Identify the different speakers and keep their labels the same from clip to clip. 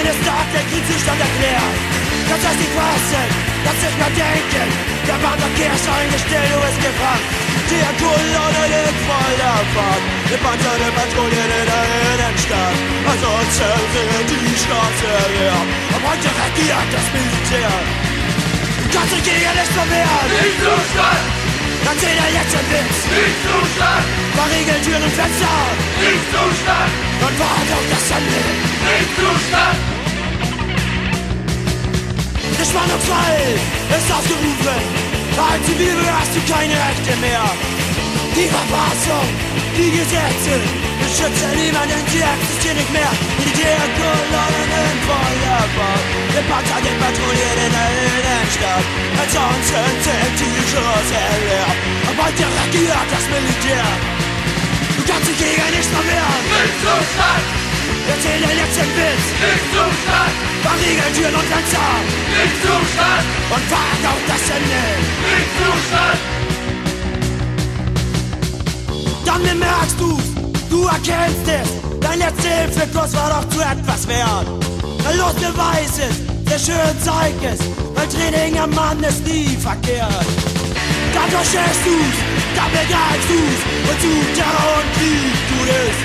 Speaker 1: den Kriegszustand erklärt. Das heißt nicht fassen, das ist nur denken. Der Bahnverkehr ist eingestellt, du bist gefragt. Die Kolonne liegt voll der Fahrt. Die Panzer der Patrouille in der Innenstadt. Also zerrät die Straße leer. Und heute regiert das Militär. Du kannst dich gegen nichts verwehren.
Speaker 2: Nicht Zustand!
Speaker 1: Dann seht ihr jetzt den Witz.
Speaker 2: Nicht Zustand!
Speaker 1: Verriegel Türen und Fenster.
Speaker 2: Nicht Zustand!
Speaker 1: Und wart auf das Ende.
Speaker 2: Nicht Zustand!
Speaker 1: Der Spannungsfall ist ausgerufen. Als Zivilbürger hast du keine Rechte mehr. Die Verfassung, die Gesetze beschützen niemanden, sie existieren nicht mehr. Militär, Kolonnen, Feuerwehr, der Panzer, die Patrouillen in der Innenstadt. Ansonsten sind die Straße leer. Aber heute regiert das Militär. Du kannst dich gegen nichts mehr wehren.
Speaker 2: Nicht Zustand!
Speaker 1: Erzähl den letzten Witz,
Speaker 2: Nicht Zustand!
Speaker 1: verriegeln Türen und Fenster
Speaker 2: Nicht Zustand!
Speaker 1: und wart auf das Ende.
Speaker 2: Nicht Zustand!
Speaker 1: Dann bemerkst du's, du erkennst es. Dein letzter Hilfekurs war doch zu etwas wert. Dann los, beweis es, sehr schön zeig es, weil Training am Mann ist nie verkehrt. Dann verstehst du's, dann begreifst du's und zu Terror und Krieg du es.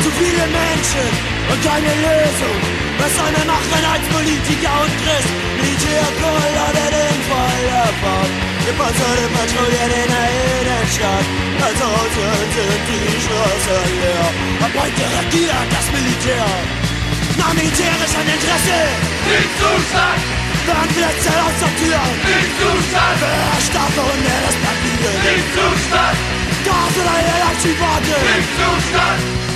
Speaker 1: Zu viele Menschen und keine Lösung. Was soll man machen als Politiker und Christ? Militärkoller, der den Feuerfahrt. Gepanzerte Patrouillen in der Innenstadt. Also sind die Straßen leer. Ab heute regiert das Militär. Nach militärischem Interesse
Speaker 2: Nicht Zustand!
Speaker 1: werden Plätze aussortiert.
Speaker 2: Nicht Zustand!
Speaker 1: Beherrscht dafür und das Papier.
Speaker 2: Nicht Zustand!
Speaker 1: Gas oder Elektrikwarte.
Speaker 2: Nicht Zustand!